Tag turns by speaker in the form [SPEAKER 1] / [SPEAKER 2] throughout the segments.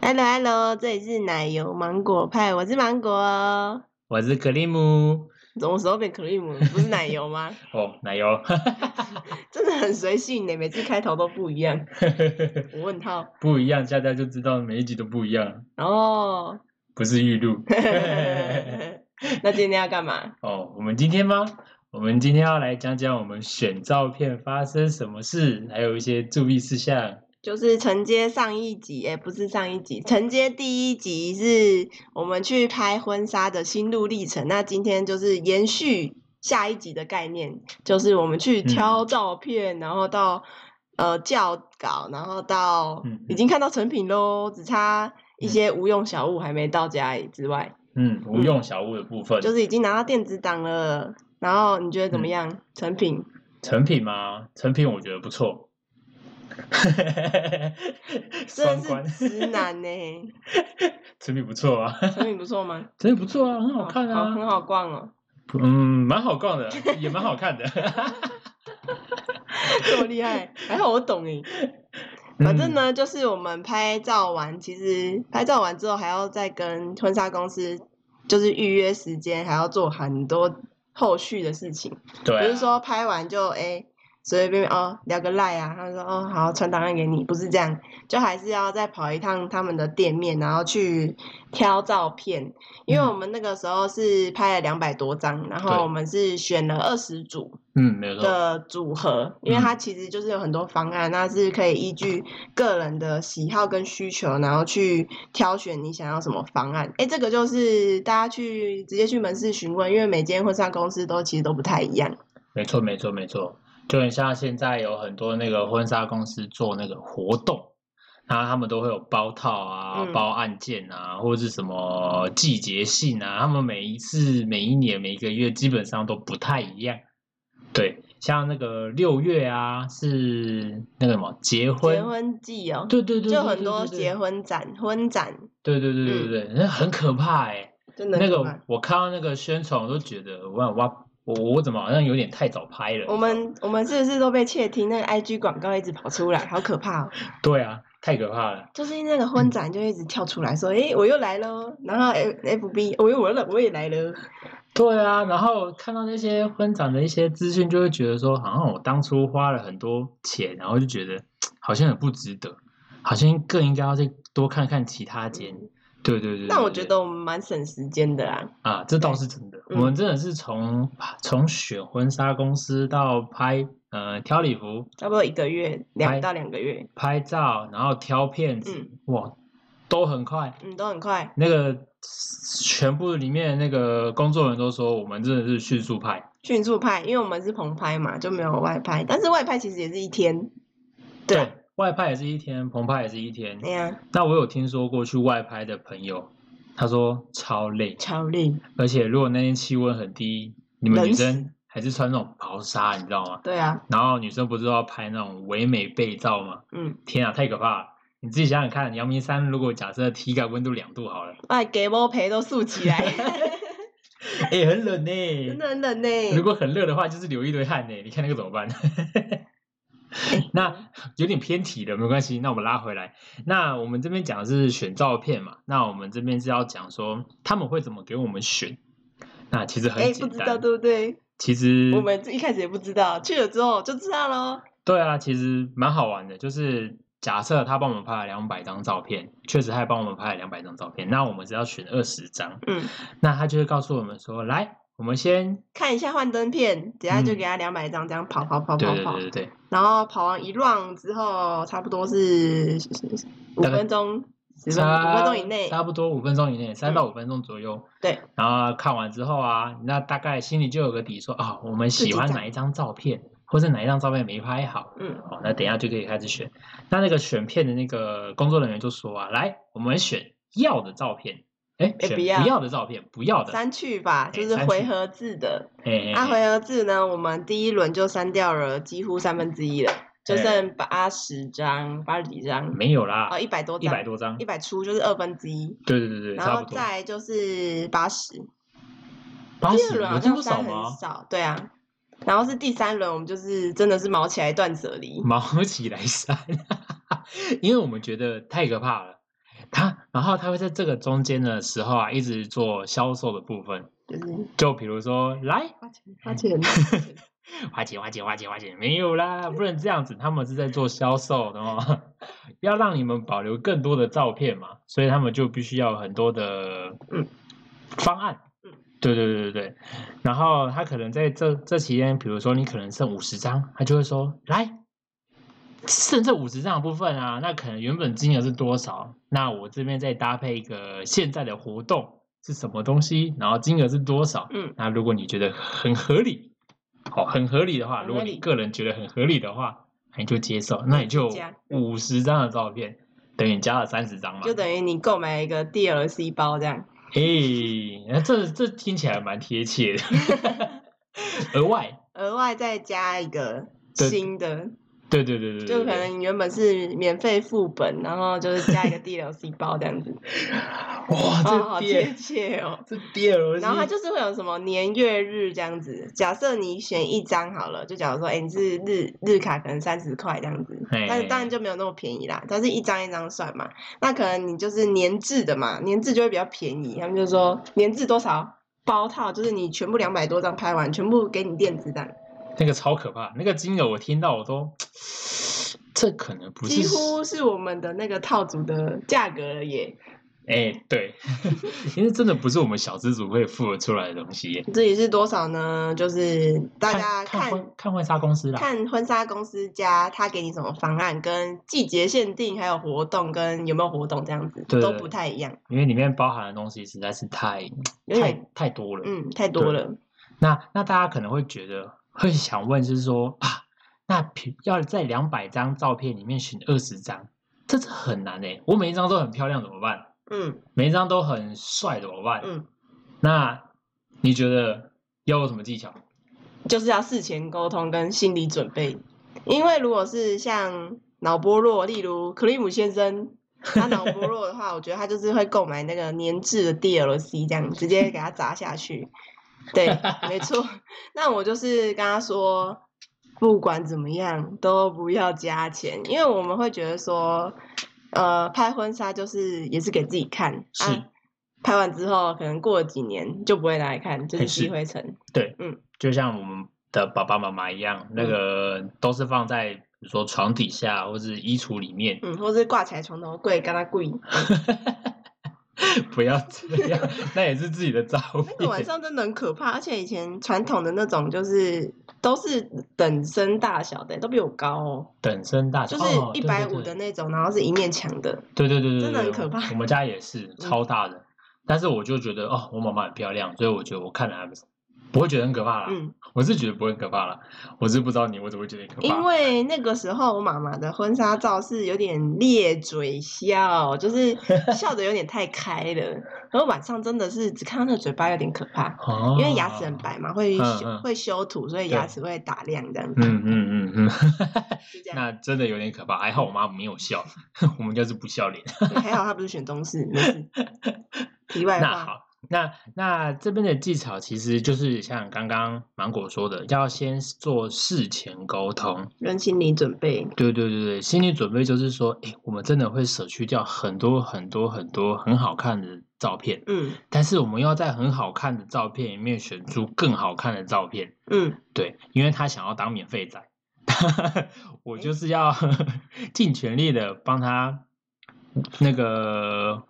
[SPEAKER 1] Hello Hello，这里是奶油芒果派，我是芒果哦。
[SPEAKER 2] 我是克里姆。
[SPEAKER 1] 什么时候变 cream？了不是奶油吗？
[SPEAKER 2] 哦，奶油，
[SPEAKER 1] 真的很随性欸呢，每次开头都不一样。我问号，
[SPEAKER 2] 不一样，大家就知道每一集都不一样，
[SPEAKER 1] 然后，
[SPEAKER 2] 不是预录。
[SPEAKER 1] 那今天要干嘛？
[SPEAKER 2] 哦，我们今天吗？我们今天要来讲讲我们选照片发生什么事，还有一些注意事项。
[SPEAKER 1] 就是承接上一集，哎、不是上一集，承接第一集是我们去拍婚纱的心路历程。那今天就是延续下一集的概念，就是我们去
[SPEAKER 2] 嗯
[SPEAKER 1] 挑照片，然后到呃校稿，然后到、
[SPEAKER 2] 嗯嗯
[SPEAKER 1] 已经看到成品喽，只差一些无用小物还没到家里之外，
[SPEAKER 2] 嗯，无用小物的部分，
[SPEAKER 1] 就是已经拿到电子档了。然后你觉得怎
[SPEAKER 2] 嗯
[SPEAKER 1] 么样？成品
[SPEAKER 2] 成品吗？成品我觉得不错。
[SPEAKER 1] 真
[SPEAKER 2] 双
[SPEAKER 1] 的
[SPEAKER 2] 关，
[SPEAKER 1] 是直男呢、
[SPEAKER 2] 成品不 错啊，
[SPEAKER 1] 成品不错吗？
[SPEAKER 2] 成品不错啊，很 好看
[SPEAKER 1] 好
[SPEAKER 2] 啊，
[SPEAKER 1] 很好逛哦。
[SPEAKER 2] 嗯，蛮好逛的，也蛮 好看的。
[SPEAKER 1] 这么厉害，还好我懂 诶。反
[SPEAKER 2] 嗯
[SPEAKER 1] 正呢，就是我们拍照完，其实拍照完之后还要再跟婚纱公司就是预约时间，还要做很多后续的事情，
[SPEAKER 2] 嗯，对、啊，
[SPEAKER 1] 不是说拍完就哎随随便便哦聊个赖啊，他们说哦好传档案给你，不是这样，就还是要再跑一趟他们的店面，然后去挑照片，因为
[SPEAKER 2] 嗯
[SPEAKER 1] 我们那个时候是拍了两百多张，然
[SPEAKER 2] 对
[SPEAKER 1] 后我们是选了二十组，
[SPEAKER 2] 嗯，没有错，
[SPEAKER 1] 的组合，因为它其实就是有很多方案，那是可以依据个人的喜好跟需求，然后去挑选你想要什么方案。哎，这个就是大家去直接去门市询问，因为每间婚纱公司都其实都不太一样。
[SPEAKER 2] 没错，没错，没错，就很像现在有很多那个婚纱公司做那个活动，然后他们都会有包套啊、
[SPEAKER 1] 嗯
[SPEAKER 2] 包案件啊，或者是什么季节性啊，他们每一次、每一年、每一个月基本上都不太一样。对，像那个六月啊，是那个什么结婚，
[SPEAKER 1] 结婚季哦，
[SPEAKER 2] 对对对，
[SPEAKER 1] 就
[SPEAKER 2] 对
[SPEAKER 1] 很多
[SPEAKER 2] 对
[SPEAKER 1] 结婚展、婚展，
[SPEAKER 2] 对对对对对，那很可怕哎、
[SPEAKER 1] 真的
[SPEAKER 2] 那
[SPEAKER 1] 很可啊怕
[SPEAKER 2] 个我看到那个宣传，我都觉得哇哇，我我怎么好像有点太早拍了？
[SPEAKER 1] 我们我们是不是都被窃听？那个 IG 广告一直跑出来，好可怕哦！
[SPEAKER 2] 对啊，太可怕了。
[SPEAKER 1] 就是那个婚展就一直跳出来说：“诶，我又来喽！”然后 F FB 我又我了我也来了。
[SPEAKER 2] 对啊，然后看到那些婚展的一些资讯，就会觉得说，好像我当初花了很多钱，然后就觉得好像很不值得，好像更应该要去多看看其他间。对对对对
[SPEAKER 1] 但我
[SPEAKER 2] 对
[SPEAKER 1] 觉得我们蛮省时间的啦。
[SPEAKER 2] 啊，这倒是真的，
[SPEAKER 1] 嗯
[SPEAKER 2] 我们真的是从从选婚纱公司到拍呃挑礼服、
[SPEAKER 1] 差不多一个月，两
[SPEAKER 2] 拍
[SPEAKER 1] 到两个月，
[SPEAKER 2] 拍照，然后挑片子，
[SPEAKER 1] 嗯
[SPEAKER 2] 哇，都很快。
[SPEAKER 1] 嗯，都很快。
[SPEAKER 2] 那个全部里面那个工作人员都说，我们真的是迅速派。
[SPEAKER 1] 迅速拍，因为我们是棚拍嘛，就没有外拍。但是外拍其实也是一天，对啊，
[SPEAKER 2] 外派也是一天，澎湃也是一天。
[SPEAKER 1] 哎呀，
[SPEAKER 2] 那我有听说过去外拍的朋友，他说超累，
[SPEAKER 1] 超累。
[SPEAKER 2] 而且如果那天气温很低，你们
[SPEAKER 1] 冷
[SPEAKER 2] 女
[SPEAKER 1] 死
[SPEAKER 2] 生还是穿那种薄纱，你知道吗？
[SPEAKER 1] 对啊，
[SPEAKER 2] 然后女生不是都要拍那种唯美背照吗？
[SPEAKER 1] 嗯，
[SPEAKER 2] 天啊，太可怕了！你自己想想看，阳明山如果假设体感温度两度好了，
[SPEAKER 1] 哎，给波陪都竖起来，
[SPEAKER 2] 哎、很冷呢、
[SPEAKER 1] 真的很冷呢、
[SPEAKER 2] 如果很热的话，就是流一堆汗欸呢。你看那个怎么办？ 那有点偏题了，没关系。那我们拉回来，那我们这边讲的是选照片嘛，那我们这边是要讲说他们会怎么给我们选。那其实
[SPEAKER 1] 哎、
[SPEAKER 2] 很
[SPEAKER 1] 不
[SPEAKER 2] 简
[SPEAKER 1] 知道
[SPEAKER 2] 单，嗯
[SPEAKER 1] 对不对？
[SPEAKER 2] 其实
[SPEAKER 1] 我们一开始也不知道，去了之后就知道喽。
[SPEAKER 2] 对啊，其实蛮好玩的。就是假设他帮我们拍了两百张照片，确实他也帮我们拍了两百张照片，那我们只要选二十张，
[SPEAKER 1] 嗯，
[SPEAKER 2] 那他就会告诉我们说，来，我们先
[SPEAKER 1] 看一下幻灯片，等下就
[SPEAKER 2] 嗯
[SPEAKER 1] 给他两百张，这样跑跑跑
[SPEAKER 2] 对
[SPEAKER 1] 跑
[SPEAKER 2] 对
[SPEAKER 1] 跑
[SPEAKER 2] 对，对对，
[SPEAKER 1] 然后跑完一 round 之后，差不多是五
[SPEAKER 2] 大概
[SPEAKER 1] 分钟，十分钟五
[SPEAKER 2] 差
[SPEAKER 1] 分钟以内，嗯
[SPEAKER 2] 差不多五分钟以内，三到五分钟左右。
[SPEAKER 1] 对，
[SPEAKER 2] 然后看完之后啊，那大概心里就有个底说，啊，我们喜欢
[SPEAKER 1] 自己找
[SPEAKER 2] 哪一张照片，或者哪一张照片没拍好。
[SPEAKER 1] 嗯，
[SPEAKER 2] 哦，那等一下就可以开始选。那那个选片的那个工作人员就说啊，来，我们选要的照片，哎，
[SPEAKER 1] 哎
[SPEAKER 2] 选
[SPEAKER 1] 不要
[SPEAKER 2] 的照片，不要的，
[SPEAKER 1] 删去吧，就
[SPEAKER 2] 哎
[SPEAKER 1] 是
[SPEAKER 2] 删去
[SPEAKER 1] 回合制的。
[SPEAKER 2] 哎，
[SPEAKER 1] 啊，
[SPEAKER 2] 哎
[SPEAKER 1] 回合制呢，我们第一轮就删掉了几乎三分之一了，就
[SPEAKER 2] 哎
[SPEAKER 1] 剩八十张、八十几张，
[SPEAKER 2] 没有啦
[SPEAKER 1] 哦，，一百多
[SPEAKER 2] 一
[SPEAKER 1] 张，
[SPEAKER 2] 百多张
[SPEAKER 1] 一，百出就是二分之一，
[SPEAKER 2] 对对对对，
[SPEAKER 1] 然
[SPEAKER 2] 差
[SPEAKER 1] 后
[SPEAKER 2] 不多
[SPEAKER 1] 再来就是八十。
[SPEAKER 2] 八
[SPEAKER 1] 第二
[SPEAKER 2] 十，
[SPEAKER 1] 轮
[SPEAKER 2] 有
[SPEAKER 1] 好
[SPEAKER 2] 这
[SPEAKER 1] 像
[SPEAKER 2] 么少
[SPEAKER 1] 删
[SPEAKER 2] 吗
[SPEAKER 1] 很？少，对啊。然后是第三轮，我们就是真的是毛起来
[SPEAKER 2] 嗯
[SPEAKER 1] 断舍离，
[SPEAKER 2] 毛起来删，因为我们觉得太可怕了。他然后他会在这个中间的时候啊，一直做销售的部分，
[SPEAKER 1] 就是
[SPEAKER 2] 就比如说来
[SPEAKER 1] 花钱花钱，
[SPEAKER 2] 花钱花钱花钱花钱，没有啦，不能这样子，他们是在做销售的哦，要让你们保留更多的照片嘛，所以他们就必须要有很多的
[SPEAKER 1] 嗯
[SPEAKER 2] 方案
[SPEAKER 1] 嗯。
[SPEAKER 2] 对对对对对，然后他可能在这这期间，比如说你可能剩五十张，他就会说来，剩这五十张的部分啊，那可能原本金额是多少？那我这边再搭配一个现在的活动是什么东西，然后金额是多少？
[SPEAKER 1] 嗯，
[SPEAKER 2] 那如果你觉得很合理，好，很合理的话，
[SPEAKER 1] 很合理
[SPEAKER 2] 如果你个人觉得很合理的话，你就接受，那你就
[SPEAKER 1] 加
[SPEAKER 2] 五十张的照片，等于加了三十张嘛。
[SPEAKER 1] 就等于你购买一个 DLC 包这样。
[SPEAKER 2] 诶，那这这听起来蛮贴切的。 额外，
[SPEAKER 1] 额外再加一个
[SPEAKER 2] 对
[SPEAKER 1] 新的，
[SPEAKER 2] 对对对对对，
[SPEAKER 1] 就可
[SPEAKER 2] 对
[SPEAKER 1] 能你原本是免费副本，然后就是加一个 DLC 包这样 子，
[SPEAKER 2] 哇，
[SPEAKER 1] 哦，
[SPEAKER 2] 这
[SPEAKER 1] 好
[SPEAKER 2] 第二
[SPEAKER 1] 贴切哦。
[SPEAKER 2] 这第二，
[SPEAKER 1] 然后它就是会有什么年月日这样子，假设你选一张好了，就假如说，哎、你是日日卡可能三十块这样子，
[SPEAKER 2] 嘿
[SPEAKER 1] 但是当然就没有那么便宜啦，它是一张一张算嘛。那可能你就是年制的嘛，年制就会比较便宜，他们就说
[SPEAKER 2] 嗯
[SPEAKER 1] 年制多少包套，就是你全部两百多张拍完，全部给你电子档。
[SPEAKER 2] 那个超可怕，那个金额我听到我都，这可能不是
[SPEAKER 1] 几乎是我们的那个套组的价格了耶。
[SPEAKER 2] 哎、对， 因为真的不是我们小资主会付得出来的东西耶。
[SPEAKER 1] 这里是多少呢？就是大家
[SPEAKER 2] 看
[SPEAKER 1] 看
[SPEAKER 2] 婚看婚纱公司啦，
[SPEAKER 1] 看婚纱公司加他给你什么方案，跟季节限定，还有活动跟有没有活动这样子
[SPEAKER 2] 对
[SPEAKER 1] 都不太一样。
[SPEAKER 2] 因为里面包含的东西实在是太
[SPEAKER 1] 有
[SPEAKER 2] 太
[SPEAKER 1] 点
[SPEAKER 2] 太多了。
[SPEAKER 1] 嗯，太多了。
[SPEAKER 2] 那那大家可能会觉得会想问，就是说啊，那比要在两百张照片里面选二十张，这是很难诶、我每一张都很漂亮怎么办？
[SPEAKER 1] 嗯
[SPEAKER 2] 每一张都很帅怎么办？
[SPEAKER 1] 嗯，
[SPEAKER 2] 那你觉得要有什么技巧？
[SPEAKER 1] 就是要事前沟通跟心理准备，因为如果是像脑波弱，例如克里姆先生。他脑波弱的话，我觉得他就是会购买那个年制的 DLC，这样直接给他砸下去。对，没错。那我就是跟他说，不管怎么样都不要加钱，因为我们会觉得说，呃，拍婚纱就是也是给自己看，
[SPEAKER 2] 是
[SPEAKER 1] 啊、拍完之后可能过了几年就不会拿来看，就是
[SPEAKER 2] 哎是
[SPEAKER 1] 积灰尘。
[SPEAKER 2] 对，
[SPEAKER 1] 嗯，
[SPEAKER 2] 就像我们的爸爸妈妈一样，那
[SPEAKER 1] 嗯
[SPEAKER 2] 个都是放在比如说床底下或是衣橱里面，
[SPEAKER 1] 嗯，或是挂起来床头柜，跟他跪。
[SPEAKER 2] 不要这样， 那也是自己的照
[SPEAKER 1] 那个晚
[SPEAKER 2] 片。
[SPEAKER 1] 上真的很可怕，而且以前传统的那种就是都是等身大小的，都比我高哦，
[SPEAKER 2] 等身大小，
[SPEAKER 1] 就是
[SPEAKER 2] 哦
[SPEAKER 1] 一百五的，那种，然后是一面墙的。
[SPEAKER 2] 对对对对对对对，
[SPEAKER 1] 真的很
[SPEAKER 2] 对
[SPEAKER 1] 可怕嗯
[SPEAKER 2] 我们家也是超大的，但是我就觉得哦，我妈妈很漂亮，所以我觉得我看了还不不会觉得很可怕啦。
[SPEAKER 1] 嗯，
[SPEAKER 2] 我是觉得不会很可怕啦，我是不知道你为什么会觉得很可怕。
[SPEAKER 1] 因为那个时候我妈妈的婚纱照是有点咧嘴笑，就是 笑的有点太开了，然后晚上真的是只看到那个嘴巴有点可怕。
[SPEAKER 2] 哦，
[SPEAKER 1] 因为牙齿很白嘛，会
[SPEAKER 2] 嗯
[SPEAKER 1] 修
[SPEAKER 2] 嗯
[SPEAKER 1] 会修图，所以
[SPEAKER 2] 对
[SPEAKER 1] 牙齿会打亮这样子，
[SPEAKER 2] 嗯嗯嗯嗯，
[SPEAKER 1] 是这样。
[SPEAKER 2] 那真的有点可怕。还好我妈没有笑， 我们家是不笑脸。
[SPEAKER 1] 对还好他不是选中式，没事。题外
[SPEAKER 2] 那
[SPEAKER 1] 话，
[SPEAKER 2] 好，那那这边的技巧其实就是像刚刚芒果说的，要先做事前沟通。
[SPEAKER 1] 跟心理准备，
[SPEAKER 2] 对对对对，心理准备就是说，诶，我们真的会舍去掉很多很多很多很好看的照片，
[SPEAKER 1] 嗯
[SPEAKER 2] 但是我们要在很好看的照片里面选出更好看的照片。
[SPEAKER 1] 嗯，
[SPEAKER 2] 对，因为他想要当免费仔， 我就是要 尽全力的帮他那个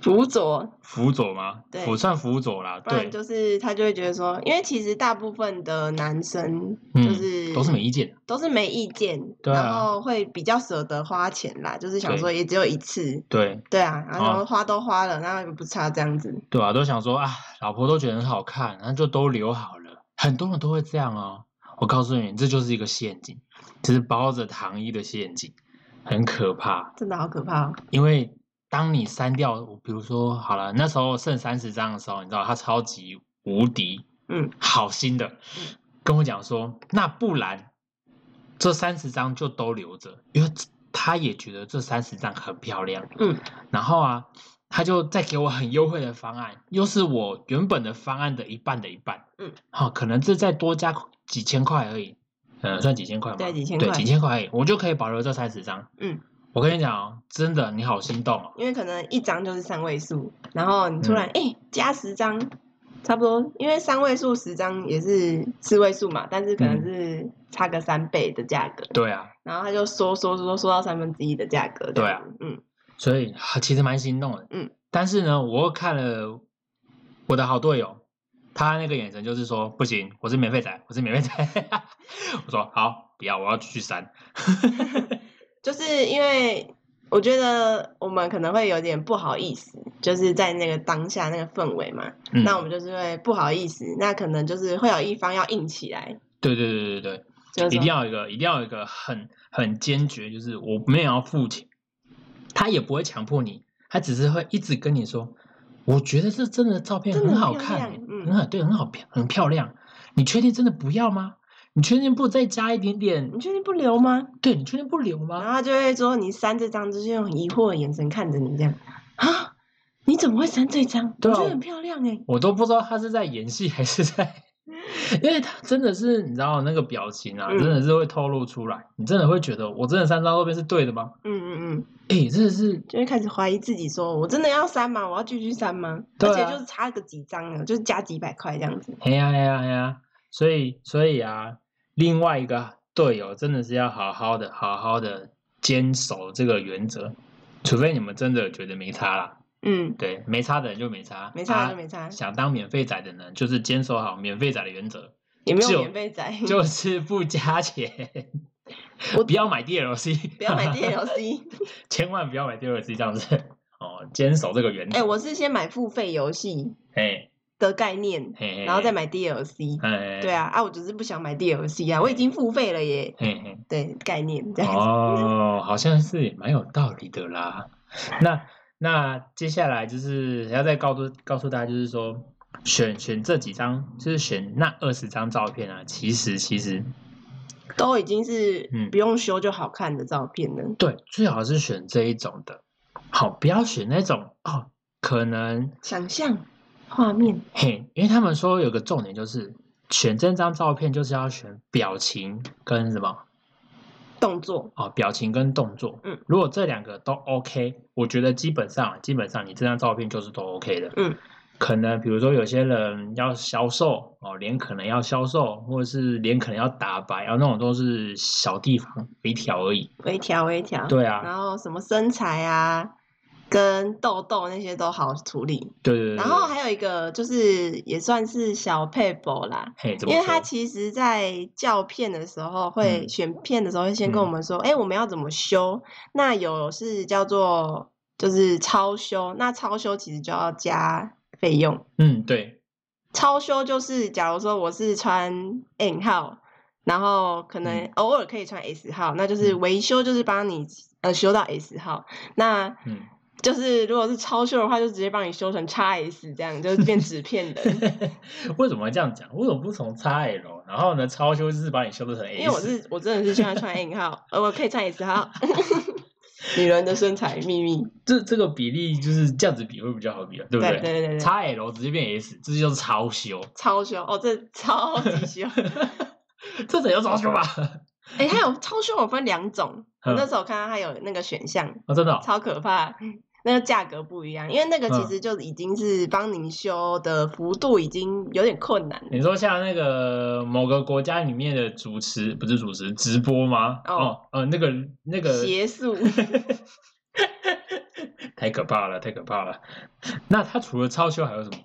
[SPEAKER 1] 辅佐，
[SPEAKER 2] 辅佐吗？
[SPEAKER 1] 对
[SPEAKER 2] 辅算辅佐啦，
[SPEAKER 1] 不然
[SPEAKER 2] 对，
[SPEAKER 1] 就是他就会觉得说，因为其实大部分的男生
[SPEAKER 2] 嗯
[SPEAKER 1] 就是、
[SPEAKER 2] 都是没意见的。
[SPEAKER 1] 都是没意见，
[SPEAKER 2] 对啊
[SPEAKER 1] 然后会比较舍得花钱啦，就是想
[SPEAKER 2] 对
[SPEAKER 1] 说也只有一次，
[SPEAKER 2] 对
[SPEAKER 1] 对啊，然
[SPEAKER 2] 啊
[SPEAKER 1] 后花都花了，那也不差这样子，
[SPEAKER 2] 对啊，都想说啊，老婆都觉得很好看，那就都留好了。很多人都会这样哦。我告诉你，这就是一个陷阱，这是包着糖衣的陷阱，很可怕。
[SPEAKER 1] 真的好可怕、哦。
[SPEAKER 2] 因为当你删掉，比如说好了，那时候剩三十张的时候，你知道他超级无敌
[SPEAKER 1] 嗯，
[SPEAKER 2] 好心的跟我讲说，那不然这三十张就都留着，因为他也觉得这三十张很漂亮。
[SPEAKER 1] 嗯，
[SPEAKER 2] 然后啊，他就再给我很优惠的方案，又是我原本的方案的一半的一半。
[SPEAKER 1] 嗯，
[SPEAKER 2] 好、可能这再多加几千块而已，呃，算几千块吗？
[SPEAKER 1] 对几千
[SPEAKER 2] 对，
[SPEAKER 1] 块
[SPEAKER 2] 几千块而已，我就可以保留这三十张。
[SPEAKER 1] 嗯，
[SPEAKER 2] 我跟你讲哦，真的，你好心动哦。
[SPEAKER 1] 因为可能一张就是三位数，然后你突然
[SPEAKER 2] 嗯
[SPEAKER 1] 哎、诶加十张，差不多，因为三位数十张也是四位数嘛，但是可能
[SPEAKER 2] 嗯
[SPEAKER 1] 是差个三倍的价格，
[SPEAKER 2] 对啊，
[SPEAKER 1] 然后他就缩缩缩缩到三分之一的价格，
[SPEAKER 2] 对啊
[SPEAKER 1] 这样子，嗯，
[SPEAKER 2] 所以啊其实蛮心动的。
[SPEAKER 1] 嗯，
[SPEAKER 2] 但是呢，我又看了我的好队友，他那个眼神就是说不行，我是免费仔，我是免费仔。 我说好，不要，我要去删。
[SPEAKER 1] 就是因为我觉得我们可能会有点不好意思，就是在那个当下那个氛围嘛，
[SPEAKER 2] 嗯
[SPEAKER 1] 那我们就是会不好意思，那可能就是会有一方要硬起来，
[SPEAKER 2] 对对对对对，
[SPEAKER 1] 就是
[SPEAKER 2] 一
[SPEAKER 1] 说
[SPEAKER 2] 定要有一个，一定要有一个很很坚决，就是我没有要付钱，他也不会强迫你，他只是会一直跟你说，我觉得这真的照片
[SPEAKER 1] 真的很
[SPEAKER 2] 很好
[SPEAKER 1] 漂
[SPEAKER 2] 看
[SPEAKER 1] 亮
[SPEAKER 2] 欸，
[SPEAKER 1] 嗯
[SPEAKER 2] 很好，对，很好漂，很漂亮。你确定真的不要吗？你确定不再加一点点
[SPEAKER 1] 你？确定不留吗？
[SPEAKER 2] 对，你确定不留
[SPEAKER 1] 然
[SPEAKER 2] 吗？
[SPEAKER 1] 后他就会说你删这张，就是用很疑惑的眼神看着你这样啊，你怎么会删这张？
[SPEAKER 2] 对啊
[SPEAKER 1] 我觉得很漂亮哎、
[SPEAKER 2] 我都不知道他是在演戏还 是在，因为他真的是你知道那个表情啊，
[SPEAKER 1] 嗯
[SPEAKER 2] 真的是会透露出来，你真的会觉得我真的三张照片是对的吗？
[SPEAKER 1] 嗯嗯嗯，
[SPEAKER 2] 哎，真的是
[SPEAKER 1] 就会开始怀疑自己说，我真的要删吗？我要继续删吗？
[SPEAKER 2] 对啊
[SPEAKER 1] 而且就是差个几张了，就是加几百块这样子。
[SPEAKER 2] 哎呀哎呀哎呀！所以所以啊，另外一个队友真的是要好好的好好的坚守这个原则，除非你们真的觉得没差啦。
[SPEAKER 1] 嗯，
[SPEAKER 2] 对，没差的人就没差，
[SPEAKER 1] 没差
[SPEAKER 2] 啊
[SPEAKER 1] 就没差，
[SPEAKER 2] 想当免费仔的呢，就是坚守好免费仔的 原则，
[SPEAKER 1] 也没有
[SPEAKER 2] 就
[SPEAKER 1] 免费仔，
[SPEAKER 2] 就是不加钱
[SPEAKER 1] 我，
[SPEAKER 2] 不要买 DLC，
[SPEAKER 1] 不要买 DLC。
[SPEAKER 2] 千万不要买 DLC 这样子哦，坚守这个原
[SPEAKER 1] 哎、
[SPEAKER 2] 则。
[SPEAKER 1] 我是先买付费游戏
[SPEAKER 2] 哎
[SPEAKER 1] 的概念，
[SPEAKER 2] 哎，
[SPEAKER 1] 然后再买 DLC。
[SPEAKER 2] 哎，
[SPEAKER 1] 对啊，啊，我只是不想买 DLC 啊，我已经付费了耶。
[SPEAKER 2] 嘿，嘿嘿。
[SPEAKER 1] 对，概念这样子。
[SPEAKER 2] 哦，好像是也蛮有道理的啦。那那接下来就是要再告诉告诉大家，就是说选选这几张，就是选那二十张照片啊。其实其实
[SPEAKER 1] 都已经是
[SPEAKER 2] 嗯
[SPEAKER 1] 不用修就好看的照片了。
[SPEAKER 2] 对，最好是选这一种的。好，不要选那种哦，可能
[SPEAKER 1] 想象画面，
[SPEAKER 2] 嘿，因为他们说有个重点就是选这张照片就是要选表情跟什么
[SPEAKER 1] 动作，
[SPEAKER 2] 哦，表情跟动作。
[SPEAKER 1] 嗯，
[SPEAKER 2] 如果这两个都 OK，我觉得基本上基本上你这张照片就是都 OK 的。
[SPEAKER 1] 嗯，
[SPEAKER 2] 可能比如说有些人要销售哦，脸可能要销售，或者是脸可能要打白，哦然后那种都是小地方微调而已。
[SPEAKER 1] 微调微调。、
[SPEAKER 2] 对啊，
[SPEAKER 1] 然后什么身材啊，跟痘痘那些都好处理。
[SPEAKER 2] 对对对对。
[SPEAKER 1] 然后还有一个就是也算是小配博啦。
[SPEAKER 2] 嘿，怎么
[SPEAKER 1] 因为他
[SPEAKER 2] 说
[SPEAKER 1] 其实，在教片的时候会、
[SPEAKER 2] 嗯
[SPEAKER 1] 选片的时候会先跟我
[SPEAKER 2] 嗯
[SPEAKER 1] 们说，哎、我们要怎么修？那有是叫做就是超修，那超修其实就要加费用。
[SPEAKER 2] 嗯，对，
[SPEAKER 1] 超修就是，假如说我是穿 N 号，然后可能
[SPEAKER 2] 嗯
[SPEAKER 1] 偶尔可以穿 S 号，那就是
[SPEAKER 2] 嗯
[SPEAKER 1] 维修就是帮你呃修到 S 号。那
[SPEAKER 2] 嗯，
[SPEAKER 1] 就是如果是超修的话，就直接帮你修成 x S，这样就是变纸片 人。
[SPEAKER 2] 为什么这样讲？为什么不从 XL，然后呢，超修就是把你修得成 S？
[SPEAKER 1] 因为我是我真的是喜欢穿 N 号，呃而我可以穿 S 号。 女人的身材秘密，
[SPEAKER 2] 这这个比例就是这样子比会比较好比啊，对不
[SPEAKER 1] 对对对对对
[SPEAKER 2] XL 直接变 S，这就是超修。
[SPEAKER 1] 超修哦，这超级 修。
[SPEAKER 2] 这怎样装修吧？
[SPEAKER 1] 哎、还有超修有分两种，我
[SPEAKER 2] 嗯
[SPEAKER 1] 那时候看到它有那个选项，
[SPEAKER 2] 哦，真的哦、
[SPEAKER 1] 超可怕。那个价格不一样，因为那个
[SPEAKER 2] 嗯
[SPEAKER 1] 其实就已经是帮您修的幅度已经有点困难了。
[SPEAKER 2] 你说像那个某个国家里面的主持，不是主持直播吗？
[SPEAKER 1] 哦
[SPEAKER 2] 哦，呃，那个那个，
[SPEAKER 1] 邪术
[SPEAKER 2] 太可怕了，太可怕了。 那他除了超修还有什么？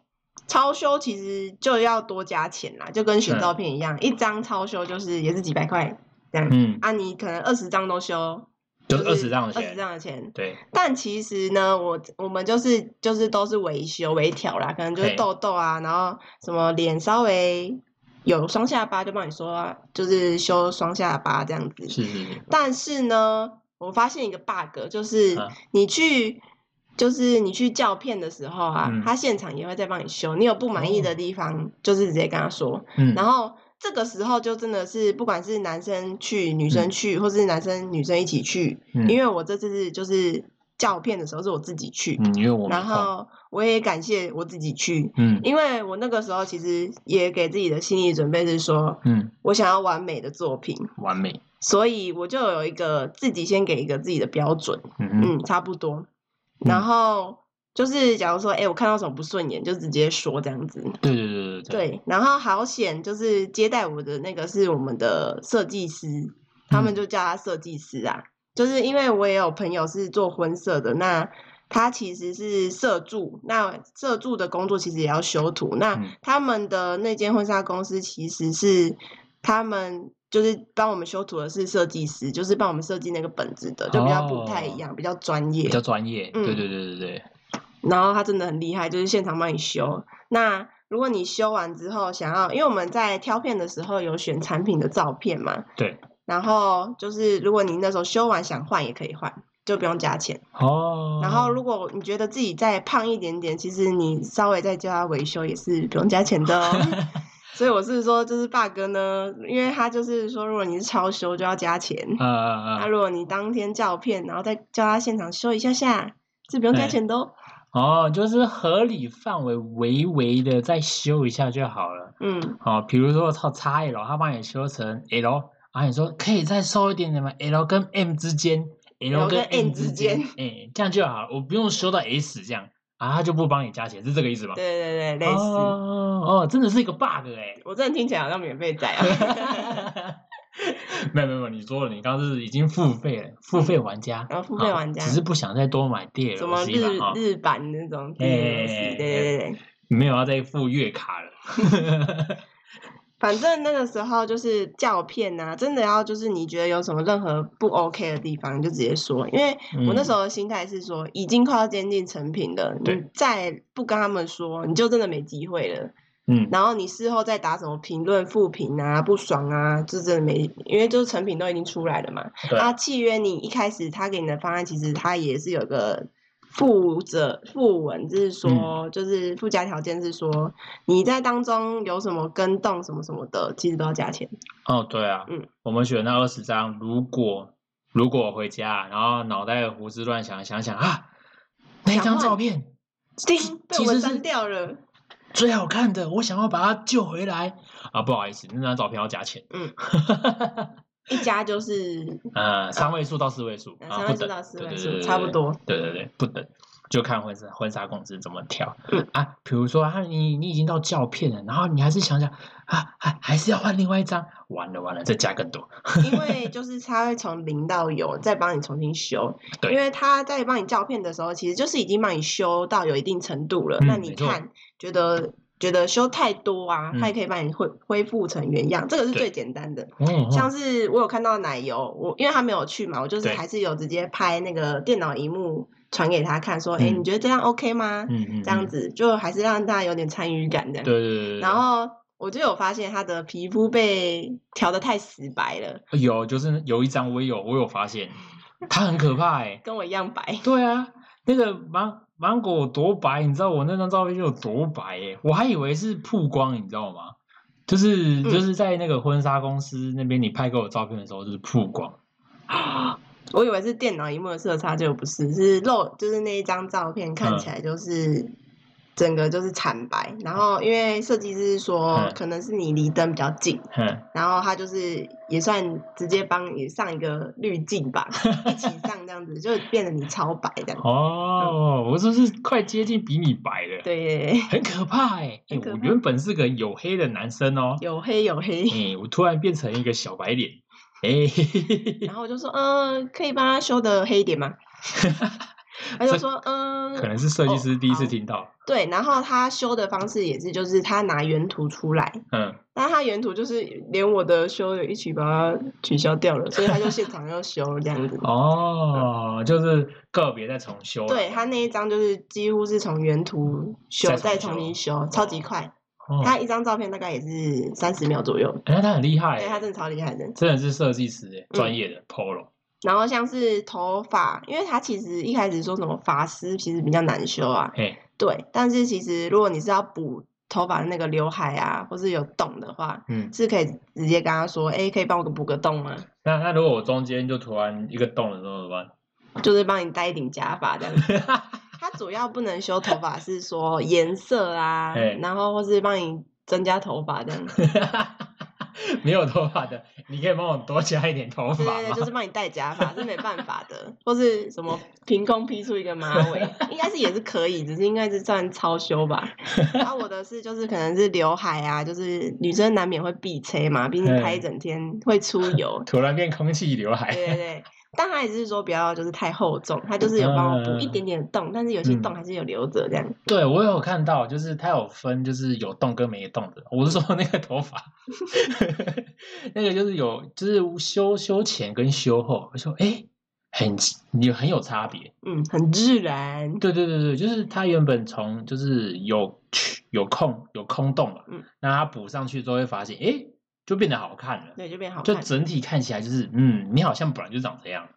[SPEAKER 1] 超修其实就要多加钱啦，就跟选照片一样，一张超修就是也是几百块这样。
[SPEAKER 2] 嗯，
[SPEAKER 1] 啊，你可能二十张都修，
[SPEAKER 2] 就是二十张的
[SPEAKER 1] 二十
[SPEAKER 2] 钱。
[SPEAKER 1] 张的钱。
[SPEAKER 2] 对，
[SPEAKER 1] 但其实呢，我我们就是就是都是维修微调啦，可能就是
[SPEAKER 2] 嘿
[SPEAKER 1] 痘痘啊，然后什么脸稍微有双下巴就帮你说、啊，就是修双下巴这样子。
[SPEAKER 2] 是是是，
[SPEAKER 1] 但是呢，我发现一个 bug，就是
[SPEAKER 2] 啊
[SPEAKER 1] 你去，就是你去教片的时候啊，
[SPEAKER 2] 嗯
[SPEAKER 1] 他现场也会再帮你修。你有不满意的
[SPEAKER 2] 哦
[SPEAKER 1] 地方，就是直接跟他说。
[SPEAKER 2] 嗯，
[SPEAKER 1] 然后这个时候就真的是，不管是男生去、女生
[SPEAKER 2] 嗯
[SPEAKER 1] 去，或是男生女生一起去，
[SPEAKER 2] 嗯
[SPEAKER 1] 因为我这次是就是教片的时候是我自己去，
[SPEAKER 2] 嗯，因为我没
[SPEAKER 1] 然
[SPEAKER 2] 空，
[SPEAKER 1] 后我也感谢我自己去。
[SPEAKER 2] 嗯
[SPEAKER 1] 因为我那个时候其实也给自己的心理准备是说，
[SPEAKER 2] 嗯，
[SPEAKER 1] 我想要完美的作品，
[SPEAKER 2] 完美，
[SPEAKER 1] 所以我就有一个自己先给一个自己的标准，
[SPEAKER 2] 嗯哼
[SPEAKER 1] 嗯，差不多。然后就是假如说，哎、我看到什么不顺眼，就直接说这样子。
[SPEAKER 2] 对对对对对，
[SPEAKER 1] 对，然后好险，就是接待我的那个是我们的设计师，他们
[SPEAKER 2] 嗯
[SPEAKER 1] 就叫他设计师啊。就是因为我也有朋友是做婚摄的，那他其实是摄助，那摄助的工作其实也要修图。那
[SPEAKER 2] 嗯
[SPEAKER 1] 他们的那间婚纱公司其实是他们。就是帮我们修图的是设计师，就是帮我们设计那个本子的，就比较不
[SPEAKER 2] 哦
[SPEAKER 1] 太一样，比较专业，
[SPEAKER 2] 比较专业，
[SPEAKER 1] 嗯
[SPEAKER 2] 对对对对对，
[SPEAKER 1] 然后他真的很厉害，就是现场帮你修。那如果你修完之后想要，因为我们在挑片的时候有选产品的照片嘛，
[SPEAKER 2] 对，
[SPEAKER 1] 然后就是如果你那时候修完想换也可以换，就不用加钱。
[SPEAKER 2] 哦，
[SPEAKER 1] 然后如果你觉得自己再胖一点点，其实你稍微再叫他维修也是不用加钱 的哦。所以我是说，就是霸哥呢，因为他就是说，如果你是超修就要加钱，
[SPEAKER 2] 啊啊
[SPEAKER 1] 那、
[SPEAKER 2] 啊，
[SPEAKER 1] 如果你当天照片，然后再叫他现场修一下下，是不用加
[SPEAKER 2] 哎
[SPEAKER 1] 钱的哦。
[SPEAKER 2] 哦，就是合理范围微微的再修一下就好了。
[SPEAKER 1] 嗯，
[SPEAKER 2] 哦，比如说操 XL，他帮你修成 L，啊，你说可以再收一点点吗？L 跟 M 之间
[SPEAKER 1] L
[SPEAKER 2] 跟
[SPEAKER 1] 跟
[SPEAKER 2] M
[SPEAKER 1] M
[SPEAKER 2] 之
[SPEAKER 1] 之
[SPEAKER 2] 间
[SPEAKER 1] 间，
[SPEAKER 2] 哎、这样就好了，我不用修到 S 这样啊，他就不帮你加钱，是这个意思吗？
[SPEAKER 1] 对对对，类似。
[SPEAKER 2] 哦哦，真的是一个 bug 哎、
[SPEAKER 1] 我真的听起来好像免费仔 啊。
[SPEAKER 2] 哈， 没有没有没有，你说了，你刚刚是已经付费了，付费玩家，
[SPEAKER 1] 然后嗯哦付费
[SPEAKER 2] 啊
[SPEAKER 1] 玩家
[SPEAKER 2] 只是不想再多买 DLC
[SPEAKER 1] 什么日
[SPEAKER 2] 了啊，
[SPEAKER 1] 日版那种
[SPEAKER 2] 哎
[SPEAKER 1] 电视
[SPEAKER 2] 哎哎
[SPEAKER 1] 游戏，对对对对，
[SPEAKER 2] 没有要再付月卡了。
[SPEAKER 1] 反正那个时候就是照片啊，真的要就是你觉得有什么任何不 OK 的地方，你就直接说。因为 我那时候的心态是说，已经快要接近成品了，你
[SPEAKER 2] 嗯对
[SPEAKER 1] 再不跟他们说，你就真的没机会了。
[SPEAKER 2] 嗯，
[SPEAKER 1] 然后你事后再打什么评论、负评啊、不爽啊，就真的没，因为就是成品都已经出来了嘛。
[SPEAKER 2] 对
[SPEAKER 1] 啊，契约你一开始他给你的方案，其实他也是有个附着附文，就是
[SPEAKER 2] 嗯
[SPEAKER 1] 说，就是附加条件是说，你在当中有什么跟动什么什么的，其实都要加钱。
[SPEAKER 2] 哦对啊，
[SPEAKER 1] 嗯
[SPEAKER 2] 我们选那二十张，如果如果我回家，然后脑袋胡思乱想，想想啊，那一
[SPEAKER 1] 想
[SPEAKER 2] 张
[SPEAKER 1] 换
[SPEAKER 2] 照片
[SPEAKER 1] 叮， 被
[SPEAKER 2] 其
[SPEAKER 1] 我
[SPEAKER 2] 实是
[SPEAKER 1] 删掉了。
[SPEAKER 2] 最好看的，我想要把它救回来啊，不好意思，那张照片要加钱，
[SPEAKER 1] 嗯，一加就是
[SPEAKER 2] 呃，三位数到四位数，
[SPEAKER 1] 呃
[SPEAKER 2] 啊
[SPEAKER 1] 三
[SPEAKER 2] 不
[SPEAKER 1] 位数
[SPEAKER 2] 等
[SPEAKER 1] 到四
[SPEAKER 2] 对
[SPEAKER 1] 位
[SPEAKER 2] 对
[SPEAKER 1] 数
[SPEAKER 2] 对对
[SPEAKER 1] 差不
[SPEAKER 2] 对
[SPEAKER 1] 多
[SPEAKER 2] 对对对，不等，就看婚纱婚纱公司怎么挑、
[SPEAKER 1] 嗯
[SPEAKER 2] 啊。比如说啊，你你已经到胶片了，然后你还是想想啊，还还是要换另外一张，完了完了，再加更多。
[SPEAKER 1] 因为就是他会从零到有再帮你重新修，
[SPEAKER 2] 对
[SPEAKER 1] 因为他在帮你照片的时候，其实就是已经帮你修到有一定程度了。
[SPEAKER 2] 嗯
[SPEAKER 1] 那
[SPEAKER 2] 没
[SPEAKER 1] 你
[SPEAKER 2] 错
[SPEAKER 1] 看觉得觉得修太多啊，
[SPEAKER 2] 嗯
[SPEAKER 1] 他也可以帮你恢恢复成原样，这个是
[SPEAKER 2] 对
[SPEAKER 1] 最简单的。
[SPEAKER 2] 嗯，
[SPEAKER 1] 像是我有看到奶油，我因为他没有去嘛，我就是
[SPEAKER 2] 对
[SPEAKER 1] 还是有直接拍那个电脑荧幕传给他看，说，哎、
[SPEAKER 2] 嗯
[SPEAKER 1] 你觉得这样 OK 吗？
[SPEAKER 2] 嗯嗯，
[SPEAKER 1] 这样
[SPEAKER 2] 嗯，
[SPEAKER 1] 子就还是让大家有点参与感的。
[SPEAKER 2] 对对对对。
[SPEAKER 1] 然后我就有发现他的皮肤被调的太死白了，
[SPEAKER 2] 对哦有就是有一张我有我有发现，它很可怕哎、
[SPEAKER 1] 跟我一样白。
[SPEAKER 2] 对啊，那个芒芒果有多白，你知道我那张照片就有多白耶、我还以为是曝光，你知道吗？
[SPEAKER 1] 嗯
[SPEAKER 2] 就是就是在那个婚纱公司那边，你拍给我照片的时候就是曝光，
[SPEAKER 1] 我以为是电脑荧幕的色差，结果不是，是肉，就是那一张照片
[SPEAKER 2] 嗯
[SPEAKER 1] 看起来就是。整个就是惨白，然后因为设计师说
[SPEAKER 2] 嗯
[SPEAKER 1] 可能是你离灯比较近，
[SPEAKER 2] 哼，
[SPEAKER 1] 然后他就是也算直接帮你上一个滤镜 吧，一起上这样子，就变得你超白这样。
[SPEAKER 2] 哦，我说是快接近比你白了，
[SPEAKER 1] 嗯对，
[SPEAKER 2] 很可怕哎、欸
[SPEAKER 1] 很可
[SPEAKER 2] 我
[SPEAKER 1] 怕
[SPEAKER 2] 原本是个黝黑的男生哦、
[SPEAKER 1] 有黑有 黑。
[SPEAKER 2] 哎、我突然变成一个小白脸，哎、嘿嘿嘿嘿
[SPEAKER 1] 然后我就说，嗯、可以帮他修的黑一点吗？他就 说，嗯、
[SPEAKER 2] 可能是设计
[SPEAKER 1] 哦
[SPEAKER 2] 师第一次
[SPEAKER 1] 好
[SPEAKER 2] 听到，
[SPEAKER 1] 对。然后他修的方式也是，就是他拿原图出来，
[SPEAKER 2] 嗯，。
[SPEAKER 1] 但他原图就是连我的修的一起把它取消掉了，所以他就现场又修了这样子
[SPEAKER 2] 哦，就是个别在重修啦，哦
[SPEAKER 1] 对他那一张就是几乎是从原图修
[SPEAKER 2] 再重
[SPEAKER 1] 再重新修，超级快。
[SPEAKER 2] 哦
[SPEAKER 1] 他一张照片大概也是三十秒左右，
[SPEAKER 2] 哎、他很厉害
[SPEAKER 1] 对他
[SPEAKER 2] 欸，
[SPEAKER 1] 真的嗯超厉害的。
[SPEAKER 2] 真的是设计师欸，专业的 Polo。
[SPEAKER 1] 然后像是头发，因为他其实一开始说什么发丝其实比较难修啊，
[SPEAKER 2] 嘿，
[SPEAKER 1] 对，但是其实如果你是要补头发的那个刘海啊，或是有洞的话，
[SPEAKER 2] 嗯，
[SPEAKER 1] 是可以直接跟他说，哎、可以帮我补个洞吗？
[SPEAKER 2] 那那如果我中间就突然一个洞了，怎么办？
[SPEAKER 1] 就是帮你戴一顶假发这样子。它主要不能修头发是说颜色啊
[SPEAKER 2] 嘿，
[SPEAKER 1] 然后或是帮你增加头发这样子。
[SPEAKER 2] 没有头发的，你可以帮我多加一点 头
[SPEAKER 1] 对
[SPEAKER 2] 发
[SPEAKER 1] 对对，
[SPEAKER 2] 吗？。
[SPEAKER 1] 就是帮你戴假发是没办法的，或是什么凭空劈出一个马尾，应该是也是可以，只是应该是算超修吧。然后我的是就是可能是刘海啊，就是女生难免会必吹嘛，毕竟拍一整天会出油
[SPEAKER 2] 突然变空气刘海
[SPEAKER 1] 对，对对，但他也是说不要就是太厚重，他就是有帮我补一点点的
[SPEAKER 2] 嗯
[SPEAKER 1] 洞，但是有些洞还是有留着这样。
[SPEAKER 2] 对我有看到，就是它有分，就是有动跟没动的。我是说那个头 发，那个就是有，就是修修前跟修后，我说哎，很有很有差别。
[SPEAKER 1] 嗯，很自然。
[SPEAKER 2] 对对对对，就是它原本从就是有有空有空洞嘛，
[SPEAKER 1] 嗯
[SPEAKER 2] 那它补上去之后会发现，哎，就变得好看了，
[SPEAKER 1] 对，就变好
[SPEAKER 2] 就
[SPEAKER 1] 看。
[SPEAKER 2] 整体看起来就是，嗯，你好像本来就长这样。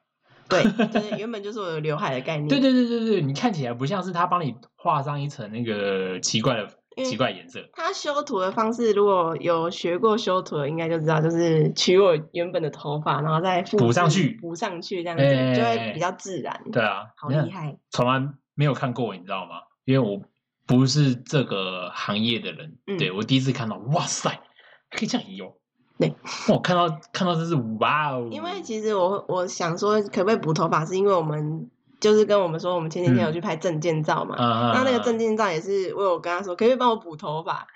[SPEAKER 1] 对，就是原本就是我的刘海的概念。
[SPEAKER 2] 对对对对对，你看起来不像是他帮你画上一层那个奇怪的
[SPEAKER 1] 因为
[SPEAKER 2] 奇怪颜色。
[SPEAKER 1] 他修图的方式，如果有学过修图的，应该就知道，就是取我原本的头发，然后再复制
[SPEAKER 2] 补上去
[SPEAKER 1] 补上去，这样子、
[SPEAKER 2] 哎
[SPEAKER 1] 就会比较自然。
[SPEAKER 2] 对，啊，
[SPEAKER 1] 好
[SPEAKER 2] 你看
[SPEAKER 1] 厉害。
[SPEAKER 2] 从来没有看过，你知道吗？因为我不是这个行业的人，
[SPEAKER 1] 嗯
[SPEAKER 2] 对我第一次看到，哇塞，还可以这样游。
[SPEAKER 1] 对，
[SPEAKER 2] 我看到看到真是哇哦！
[SPEAKER 1] 因为其实我我想说，可不可以补头发，是因为我们就是跟我们说，我们前几天
[SPEAKER 2] 嗯
[SPEAKER 1] 有去拍证件照嘛。
[SPEAKER 2] 啊，
[SPEAKER 1] 那那个证件照也是我有跟他说，可不可以帮我补头发，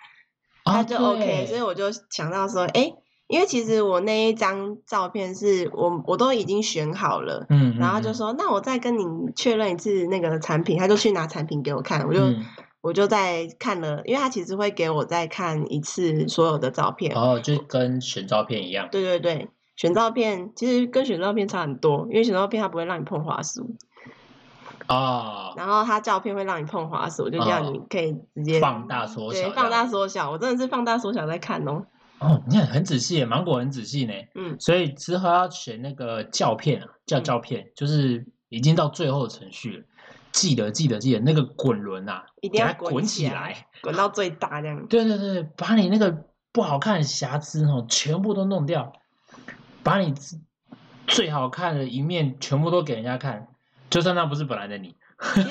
[SPEAKER 2] 啊
[SPEAKER 1] 他就 OK，
[SPEAKER 2] 对
[SPEAKER 1] 所以我就想到说，哎、因为其实我那一张照片是我我都已经选好了，
[SPEAKER 2] 嗯，嗯
[SPEAKER 1] 然后就说：“那我再跟你确认一次那个产品。”他就去拿产品给我看，我就、
[SPEAKER 2] 嗯
[SPEAKER 1] 我就再看了，因为他其实会给我再看一次所有的照片。
[SPEAKER 2] 哦，就跟选照片一样，
[SPEAKER 1] 对对对，选照片其实跟选照片差很多，因为选照片它不会让你碰滑鼠，
[SPEAKER 2] 哦，
[SPEAKER 1] 然后它照片会让你碰滑鼠，就叫
[SPEAKER 2] 哦
[SPEAKER 1] 你可以直接
[SPEAKER 2] 放大缩小这
[SPEAKER 1] 对
[SPEAKER 2] 样，
[SPEAKER 1] 放大缩小。我真的是放大缩小在看哦，
[SPEAKER 2] 哦，你看很仔细耶，芒果很仔细呢。
[SPEAKER 1] 嗯，
[SPEAKER 2] 所以之后要选那个胶片啊，叫
[SPEAKER 1] 嗯
[SPEAKER 2] 胶片，就是已经到最后的程序了。记得记得记得那个滚轮啊，
[SPEAKER 1] 一定
[SPEAKER 2] 给
[SPEAKER 1] 要
[SPEAKER 2] 它滚
[SPEAKER 1] 起
[SPEAKER 2] 起
[SPEAKER 1] 来
[SPEAKER 2] 来，
[SPEAKER 1] 滚到最大这 样。
[SPEAKER 2] 对对对，把你那个不好看的瑕疵哦，全部都弄掉，把你自最好看的一面全部都给人家看，就算那不是本来的你。
[SPEAKER 1] 其实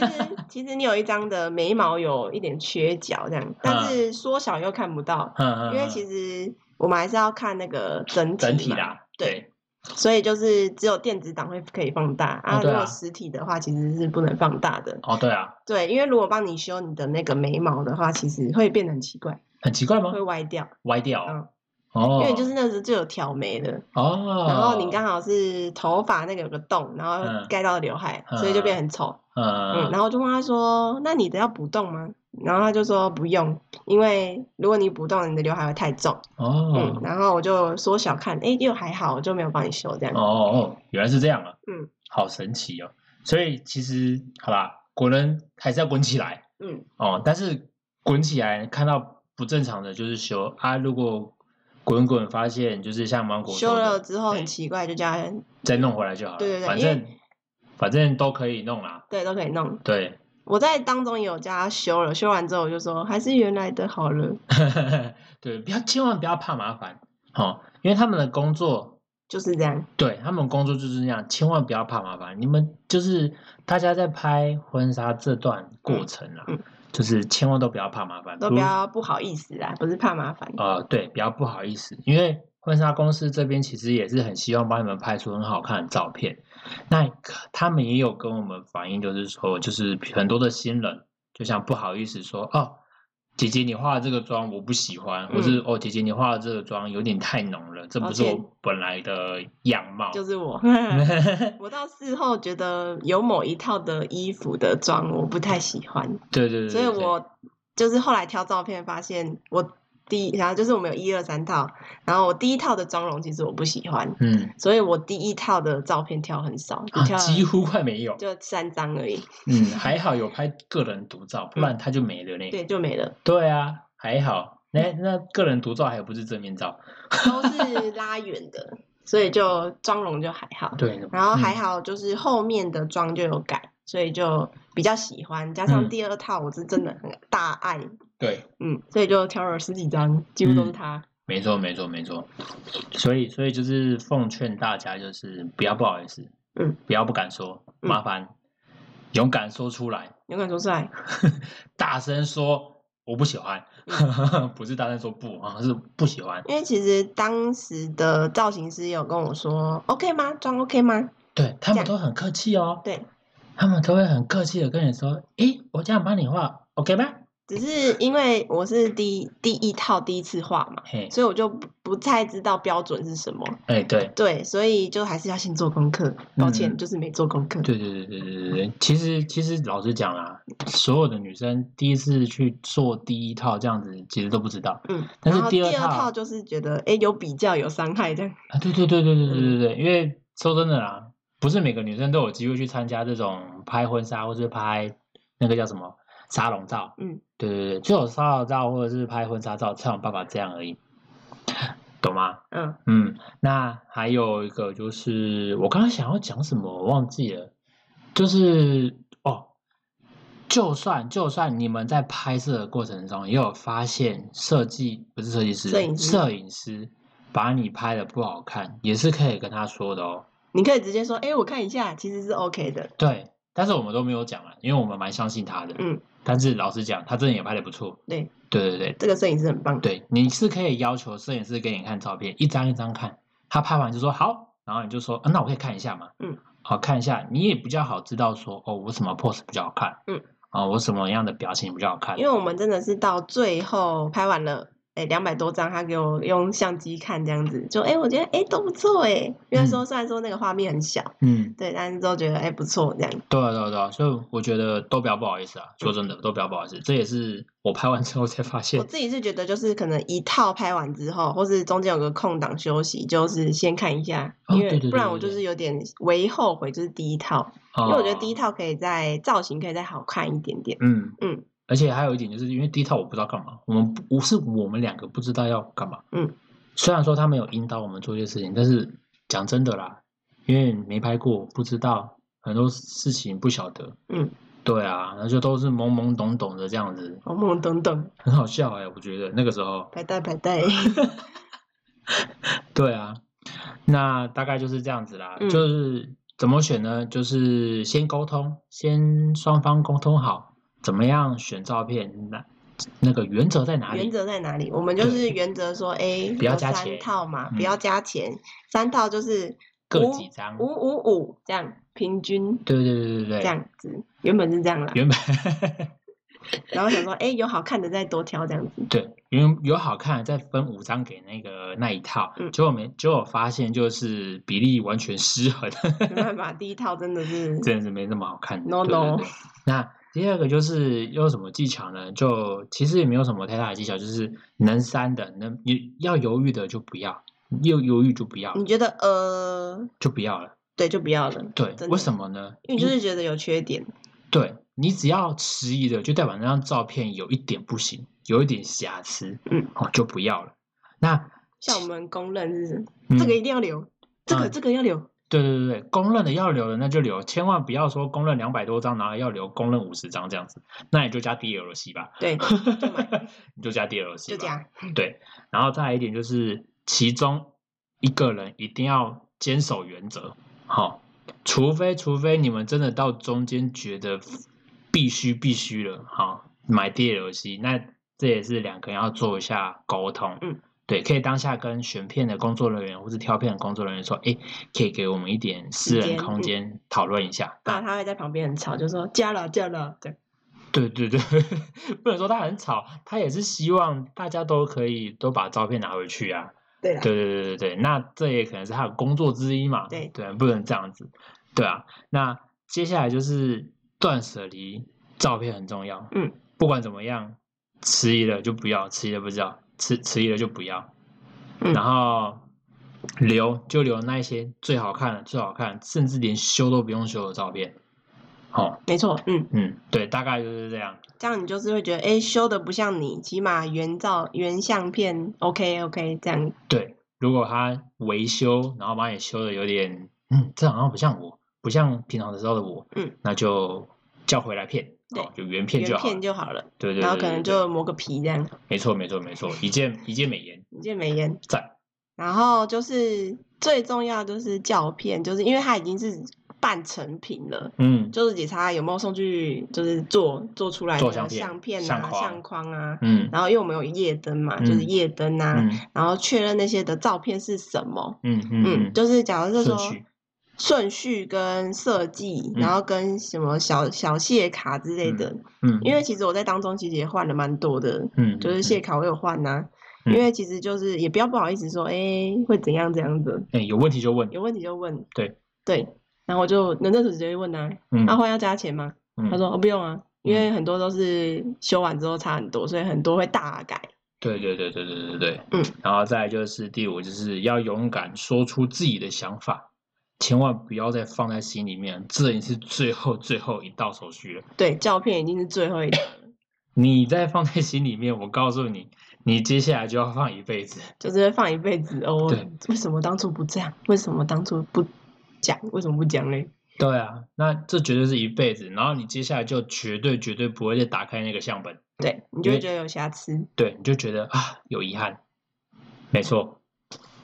[SPEAKER 1] 其实你有一张的眉毛有一点缺角这样，但
[SPEAKER 2] 嗯
[SPEAKER 1] 是缩小又看不到，
[SPEAKER 2] 嗯嗯，
[SPEAKER 1] 因为
[SPEAKER 2] 嗯
[SPEAKER 1] 其实我们还是要看那个整体
[SPEAKER 2] 整体
[SPEAKER 1] 嘛，
[SPEAKER 2] 啦，
[SPEAKER 1] 对，所以就是只有电子档会可以放大啊，
[SPEAKER 2] 哦对啊
[SPEAKER 1] 如果实体的话其实是不能放大的。
[SPEAKER 2] 哦对啊，
[SPEAKER 1] 对，因为如果帮你修你的那个眉毛的话，其实会变得很奇怪，
[SPEAKER 2] 很奇怪吗
[SPEAKER 1] 会？歪掉，
[SPEAKER 2] 歪掉
[SPEAKER 1] 嗯，
[SPEAKER 2] 哦，
[SPEAKER 1] 因为你就是那时候就有挑眉的，
[SPEAKER 2] 哦，
[SPEAKER 1] 然后你刚好是头发那个有个洞，然后
[SPEAKER 2] 嗯
[SPEAKER 1] 盖到刘海，
[SPEAKER 2] 嗯
[SPEAKER 1] 所以就变很丑。嗯，
[SPEAKER 2] 嗯
[SPEAKER 1] 然后我就问他说：“那你的要补洞吗？”然后他就说不用，因为如果你补洞，你的刘海会太重。嗯
[SPEAKER 2] 哦，
[SPEAKER 1] 然后我就缩小看，哎，又还好，我就没有帮你修这样。
[SPEAKER 2] 哦哦，原来是这样啊，
[SPEAKER 1] 嗯，
[SPEAKER 2] 好神奇哦。所以其实好啦，滚轮还是要滚起来
[SPEAKER 1] 嗯，
[SPEAKER 2] 哦，但是滚起来看到不正常的就是修啊。如果滚滚发现就是像芒果
[SPEAKER 1] 修
[SPEAKER 2] 说的
[SPEAKER 1] 了之后很奇怪，就叫他
[SPEAKER 2] 再弄回来就好了，
[SPEAKER 1] 对对对
[SPEAKER 2] 反
[SPEAKER 1] 因为
[SPEAKER 2] 正反正都可以弄啦。
[SPEAKER 1] 对都可以弄。
[SPEAKER 2] 对，
[SPEAKER 1] 我在当中也有叫他修了，修完之后我就说还是原来的好了，
[SPEAKER 2] 对，不要千万不要怕麻烦，哦，因为他们的工作
[SPEAKER 1] 就是这样。
[SPEAKER 2] 对他们工作就是那样，千万不要怕麻烦。你们就是大家在拍婚纱这段过程啊，
[SPEAKER 1] 嗯嗯
[SPEAKER 2] 就是千万都不要怕麻烦，
[SPEAKER 1] 都
[SPEAKER 2] 如
[SPEAKER 1] 不要不好意思啦，不是怕麻烦。
[SPEAKER 2] 呃，对，比较不好意思，因为婚纱公司这边其实也是很希望帮你们拍出很好看的照片。那可他们也有跟我们反映，就是说，就是很多的新人就像不好意思说，哦，姐姐你化的这个妆我不喜欢，或是哦姐姐你化的这个妆有点太浓了，这
[SPEAKER 1] 嗯抱
[SPEAKER 2] 不是
[SPEAKER 1] 歉
[SPEAKER 2] 我本来的样貌。
[SPEAKER 1] 就是我， 我到事后觉得有某一套的衣服的妆我不太喜欢，
[SPEAKER 2] 对对对对，
[SPEAKER 1] 所以
[SPEAKER 2] 对
[SPEAKER 1] 我就是后来挑照片发现我第一，然后就是我们有一二三套，然后我第一套的妆容其实我不喜欢，
[SPEAKER 2] 嗯
[SPEAKER 1] 所以我第一套的照片挑很少，就
[SPEAKER 2] 啊
[SPEAKER 1] 挑了
[SPEAKER 2] 几乎快没有，
[SPEAKER 1] 就三张而已，
[SPEAKER 2] 嗯还好有拍个人独照，不然他就没了呢。
[SPEAKER 1] 嗯对，嗯就没 了，
[SPEAKER 2] 对啊，还好。那那个人独照还不是正面照，
[SPEAKER 1] 都是拉远的，所以就妆容就还好，
[SPEAKER 2] 对。
[SPEAKER 1] 然后还
[SPEAKER 2] 嗯
[SPEAKER 1] 好就是后面的妆就有改，所以就比较喜欢，加上
[SPEAKER 2] 嗯
[SPEAKER 1] 第二套我是真的很大爱。
[SPEAKER 2] 对，
[SPEAKER 1] 嗯，所以就挑了十几张，几乎都是
[SPEAKER 2] 嗯
[SPEAKER 1] 他。
[SPEAKER 2] 没错没错没错。所以所以就是奉劝大家，就是不要不好意思，
[SPEAKER 1] 嗯，
[SPEAKER 2] 不要不敢说，
[SPEAKER 1] 嗯
[SPEAKER 2] 麻烦勇敢说出来，
[SPEAKER 1] 勇敢说出来，
[SPEAKER 2] 大声说我不喜欢，
[SPEAKER 1] 嗯
[SPEAKER 2] 不是大声说不啊，是不喜欢。
[SPEAKER 1] 因为其实当时的造型师有跟我说，OK 吗？妆 OK 吗？
[SPEAKER 2] 对他们
[SPEAKER 1] 这
[SPEAKER 2] 都很客气哦，
[SPEAKER 1] 对，
[SPEAKER 2] 他们都会很客气的跟你说，诶，我这样帮你画，OK 吧？
[SPEAKER 1] 只是因为我是第一第一套第一次画嘛，
[SPEAKER 2] 嘿，
[SPEAKER 1] 所以我就不不太知道标准是什么。
[SPEAKER 2] 哎，对，
[SPEAKER 1] 对，所以就还是要先做功课。抱歉，
[SPEAKER 2] 嗯
[SPEAKER 1] 就是没做功课。
[SPEAKER 2] 对对对对对对对，其实其实老实讲啦，所有的女生第一次去做第一套这样子，其实都不知道
[SPEAKER 1] 嗯，
[SPEAKER 2] 但
[SPEAKER 1] 然
[SPEAKER 2] 是
[SPEAKER 1] 后
[SPEAKER 2] 第
[SPEAKER 1] 二
[SPEAKER 2] 二套
[SPEAKER 1] 套就是觉得，哎，有比较有伤害这样。
[SPEAKER 2] 啊。对对对对对对对对，因为说真的啦，不是每个女生都有机会去参加这种拍婚纱或是拍那个叫什么沙龙照。
[SPEAKER 1] 嗯，
[SPEAKER 2] 对对对，只有沙龙照或者是拍婚纱照，像我爸爸这样而已，懂吗？
[SPEAKER 1] 嗯，
[SPEAKER 2] 嗯，那还有一个就是我刚刚想要讲什么，我忘记了，就是哦，就算就算你们在拍摄的过程中也有发现设计不是设计师，
[SPEAKER 1] 摄影师
[SPEAKER 2] 摄影师把你拍的不好看，也是可以跟他说的哦。
[SPEAKER 1] 你可以直接说，哎，我看一下，其实是 OK 的。
[SPEAKER 2] 对，但是我们都没有讲啊，因为我们蛮相信他的。
[SPEAKER 1] 嗯，
[SPEAKER 2] 但是老实讲，他真的也拍的不错。
[SPEAKER 1] 对，
[SPEAKER 2] 对对对
[SPEAKER 1] 这个摄影师很棒。
[SPEAKER 2] 对，你是可以要求摄影师给你看照片，一张一张看，他拍完就说好，然后你就说，啊、那我可以看一下嘛，
[SPEAKER 1] 嗯，
[SPEAKER 2] 好看一下，你也比较好知道说，哦，我什么 pose 比较好看，
[SPEAKER 1] 嗯，
[SPEAKER 2] 啊、我什么样的表情比较好看，
[SPEAKER 1] 因为我们真的是到最后拍完了，哎，两百多张，他给我用相机看这样子，就哎，诶我觉得哎都不错哎。因为说虽然说那个画面很小，
[SPEAKER 2] 嗯，
[SPEAKER 1] 对，但是都觉得哎不错这样。
[SPEAKER 2] 对啊对啊对啊，所以我觉得都比较不好意思啊，说真的，都比较不好意思，这也是我拍完之后才发
[SPEAKER 1] 我
[SPEAKER 2] 现，
[SPEAKER 1] 自己是觉得，就是可能一套拍完之后，或是中间有个空档休息，就是先看一下，
[SPEAKER 2] 哦
[SPEAKER 1] 因
[SPEAKER 2] 对
[SPEAKER 1] 为
[SPEAKER 2] 对
[SPEAKER 1] 不然
[SPEAKER 2] 对
[SPEAKER 1] 我
[SPEAKER 2] 对
[SPEAKER 1] 就
[SPEAKER 2] 对
[SPEAKER 1] 是有点为后悔，就是第一套，
[SPEAKER 2] 因
[SPEAKER 1] 因为我觉得第一套
[SPEAKER 2] 套，
[SPEAKER 1] 可以在造型可以再好看一点点。
[SPEAKER 2] 嗯
[SPEAKER 1] 嗯，
[SPEAKER 2] 而且还有一点就是因为第一套我不知道干嘛，我们不是我们两个不知道要干嘛。
[SPEAKER 1] 嗯，
[SPEAKER 2] 虽然说他们有引导我们做一些事情，但是讲真的啦，因为没拍过，不知道很多事情不晓得。
[SPEAKER 1] 嗯，
[SPEAKER 2] 对啊，那就都是懵懵懂懂的这样子，
[SPEAKER 1] 懵懵懂懂，
[SPEAKER 2] 很好笑哎、我觉得那个时候。
[SPEAKER 1] 白带白带，
[SPEAKER 2] 对啊，那大概就是这样子啦。
[SPEAKER 1] 嗯
[SPEAKER 2] 就是怎么选呢？就是先沟通，先双方沟通好，怎么样选照片，那那个原则 在哪
[SPEAKER 1] 原
[SPEAKER 2] 里？
[SPEAKER 1] 则在哪里？我们就是原则 说，哎，
[SPEAKER 2] 不要
[SPEAKER 1] 有
[SPEAKER 2] 加
[SPEAKER 1] 三
[SPEAKER 2] 钱
[SPEAKER 1] 套嘛，
[SPEAKER 2] 嗯
[SPEAKER 1] 不要加钱，三套就是
[SPEAKER 2] 各
[SPEAKER 1] 五
[SPEAKER 2] 几张？
[SPEAKER 1] 五五五这样平均。
[SPEAKER 2] 对对对对对，
[SPEAKER 1] 这样子，原本是这样啦，
[SPEAKER 2] 原本
[SPEAKER 1] 然后想说，哎、有好看的再多挑这样子，
[SPEAKER 2] 对，有有好看的再分五张给那个那一套，
[SPEAKER 1] 嗯
[SPEAKER 2] 结果没结果发现就是比例完全失衡，
[SPEAKER 1] 没办法，第一套真的是
[SPEAKER 2] 真的是没那么好看的。
[SPEAKER 1] No,
[SPEAKER 2] 对对
[SPEAKER 1] no
[SPEAKER 2] 对那第二个就是有什么技巧呢？就其实也没有什么太大的技巧，就是能删的，能你要犹豫的就不要，又犹豫就不要，
[SPEAKER 1] 你觉得呃，
[SPEAKER 2] 就不要了。
[SPEAKER 1] 对，就不要了，
[SPEAKER 2] 对，
[SPEAKER 1] 真
[SPEAKER 2] 为
[SPEAKER 1] 的
[SPEAKER 2] 什么呢？
[SPEAKER 1] 因为你就是觉得有缺点，
[SPEAKER 2] 对你只要迟疑的，就代表那张照片有一点不行，有一点瑕疵，
[SPEAKER 1] 嗯，
[SPEAKER 2] 哦，就不要了。那
[SPEAKER 1] 像我们公认是、
[SPEAKER 2] 嗯
[SPEAKER 1] 这个一定要留，这个、
[SPEAKER 2] 嗯
[SPEAKER 1] 这个要留，
[SPEAKER 2] 对对对对，公认的要留的那就留，千万不要说公认两百多张，然后要留公认五十张这样子，那你就加 DLC 吧，
[SPEAKER 1] 对，就买
[SPEAKER 2] 你就加 DLC，
[SPEAKER 1] 就
[SPEAKER 2] 吧
[SPEAKER 1] 这样，
[SPEAKER 2] 对，然后再来一点就是，其中一个人一定要坚守原则，好、除非除非你们真的到中间觉得必须必须了，好、买 DLC，那这也是两个人要做一下沟通，
[SPEAKER 1] 嗯。
[SPEAKER 2] 对，可以当下跟选片的工作人员或是挑片的工作人员说，哎，可以给我们一点私
[SPEAKER 1] 时
[SPEAKER 2] 人
[SPEAKER 1] 间
[SPEAKER 2] 空
[SPEAKER 1] 嗯
[SPEAKER 2] 间讨论一下。
[SPEAKER 1] 不然他会在旁边很吵，就说加了加了，对，
[SPEAKER 2] 对对 对，不能说他很吵，他也是希望大家都可以都把照片拿回去啊。
[SPEAKER 1] 对啦，
[SPEAKER 2] 对对对对对，那这也可能是他的工作之一嘛。
[SPEAKER 1] 对
[SPEAKER 2] 对，啊不能这样子。对啊，那接下来就是断舍离，照片很重要。
[SPEAKER 1] 嗯，
[SPEAKER 2] 不管怎么样，迟疑了就不要，迟疑了不知道，迟迟疑了就不要。
[SPEAKER 1] 嗯
[SPEAKER 2] 然后留就留那一些最好看的、最好看的，甚至连修都不用修的照片。好、
[SPEAKER 1] 没错，嗯，
[SPEAKER 2] 嗯，对，大概就是这样。
[SPEAKER 1] 这样你就是会觉得，哎，修的不像你，起码原照原相片 OK OK 这样，
[SPEAKER 2] 对，如果他维修，然后把你修的有点，嗯，这好像不像我，不像平常的时候的我，
[SPEAKER 1] 嗯，
[SPEAKER 2] 那就叫回来片，
[SPEAKER 1] 对
[SPEAKER 2] 哦，就原片就
[SPEAKER 1] 原
[SPEAKER 2] 好了
[SPEAKER 1] 片，就好了，
[SPEAKER 2] 对对对
[SPEAKER 1] 然后可能
[SPEAKER 2] 对对
[SPEAKER 1] 就磨个皮这样，
[SPEAKER 2] 没错没错没错，一键一键美颜，
[SPEAKER 1] 你见美颜。
[SPEAKER 2] 赞，
[SPEAKER 1] 然后就是最重要就是照片，就是因为它已经是半成品了。
[SPEAKER 2] 嗯
[SPEAKER 1] 就是检查有没有送去，就是做做出来
[SPEAKER 2] 做
[SPEAKER 1] 的
[SPEAKER 2] 相片
[SPEAKER 1] 啊、
[SPEAKER 2] 相
[SPEAKER 1] 相
[SPEAKER 2] 框
[SPEAKER 1] 框啊，
[SPEAKER 2] 嗯
[SPEAKER 1] 然后因为我们有夜灯嘛，就是
[SPEAKER 2] 嗯
[SPEAKER 1] 夜灯啊，
[SPEAKER 2] 嗯
[SPEAKER 1] 然后确认那些的照片是什么。
[SPEAKER 2] 嗯
[SPEAKER 1] 嗯，
[SPEAKER 2] 嗯
[SPEAKER 1] 就是假如是
[SPEAKER 2] 嗯，
[SPEAKER 1] 说
[SPEAKER 2] 顺序，
[SPEAKER 1] 顺序跟设计，
[SPEAKER 2] 嗯
[SPEAKER 1] 然后跟什么小小谢卡之类的。
[SPEAKER 2] 嗯，
[SPEAKER 1] 因为其实我在当中其实也换了蛮多的，
[SPEAKER 2] 嗯
[SPEAKER 1] 就是谢卡我有换呐、
[SPEAKER 2] 嗯
[SPEAKER 1] 因为其实就是也不要不好意思说，哎、会怎样怎样的，
[SPEAKER 2] 哎、有问题就问，
[SPEAKER 1] 有问题就问。
[SPEAKER 2] 对
[SPEAKER 1] 对，然后我就能认识直接问啊，
[SPEAKER 2] 嗯，
[SPEAKER 1] 那换要加钱吗？
[SPEAKER 2] 嗯
[SPEAKER 1] 他说、哦、不用啊，因为很多都是修完之后差很多，所以很多会大改。
[SPEAKER 2] 对对对对对对对，
[SPEAKER 1] 嗯，
[SPEAKER 2] 然后再来就是第五，就是要勇敢说出自己的想法，千万不要再放在心里面，这已经是最后最后一道手续了。
[SPEAKER 1] 对，照片已经是最后一个 了，
[SPEAKER 2] 你再放在心里面，我告诉你，你接下来就要放一辈子。
[SPEAKER 1] 就是会放一辈子哦
[SPEAKER 2] 对。
[SPEAKER 1] 为什么当初不这样？为什么当初不讲？为什么不讲嘞？
[SPEAKER 2] 对啊，那这绝对是一辈子。然后你接下来就绝对绝对不会再打开那个相本，
[SPEAKER 1] 对你就
[SPEAKER 2] 因
[SPEAKER 1] 会
[SPEAKER 2] 为
[SPEAKER 1] 觉得有瑕疵，
[SPEAKER 2] 对，你就觉得啊有遗憾。没错，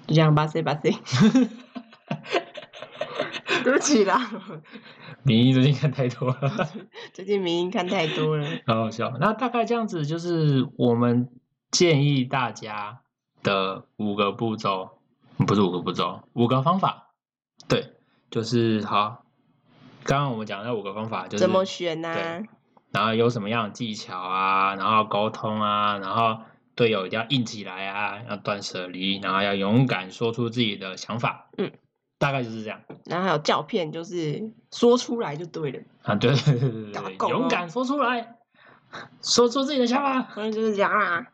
[SPEAKER 1] 就这样吧塞吧塞。 对不起啦，
[SPEAKER 2] 你最近看太多了。
[SPEAKER 1] 最近迷音看太多了。
[SPEAKER 2] 很好笑。那大概这样子就是我们建议大家的五个步骤，嗯不是五个步骤，五个方法。对，就是好。刚刚我们讲那五个方法，就是
[SPEAKER 1] 怎么选啊呢、
[SPEAKER 2] 对然后有什么样的技巧啊，然后沟通啊，然后队友一定要硬起来啊，要断舍离，然后要勇敢说出自己的想法。
[SPEAKER 1] 嗯，
[SPEAKER 2] 大概就是这样
[SPEAKER 1] 然后还有照片，就是说出来就对了，
[SPEAKER 2] 啊。对对对对
[SPEAKER 1] 打
[SPEAKER 2] 对
[SPEAKER 1] 勾
[SPEAKER 2] 对，勇
[SPEAKER 1] 哦
[SPEAKER 2] 敢说出来，说出自己的想法。
[SPEAKER 1] 反正就是这样啦。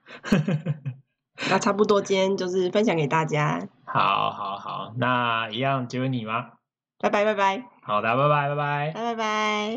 [SPEAKER 1] 那差不多，今天就是分享给大家，
[SPEAKER 2] 好好好，那一样结尾你吗？
[SPEAKER 1] 拜拜拜拜，
[SPEAKER 2] 好的，拜拜拜拜。
[SPEAKER 1] 拜拜拜。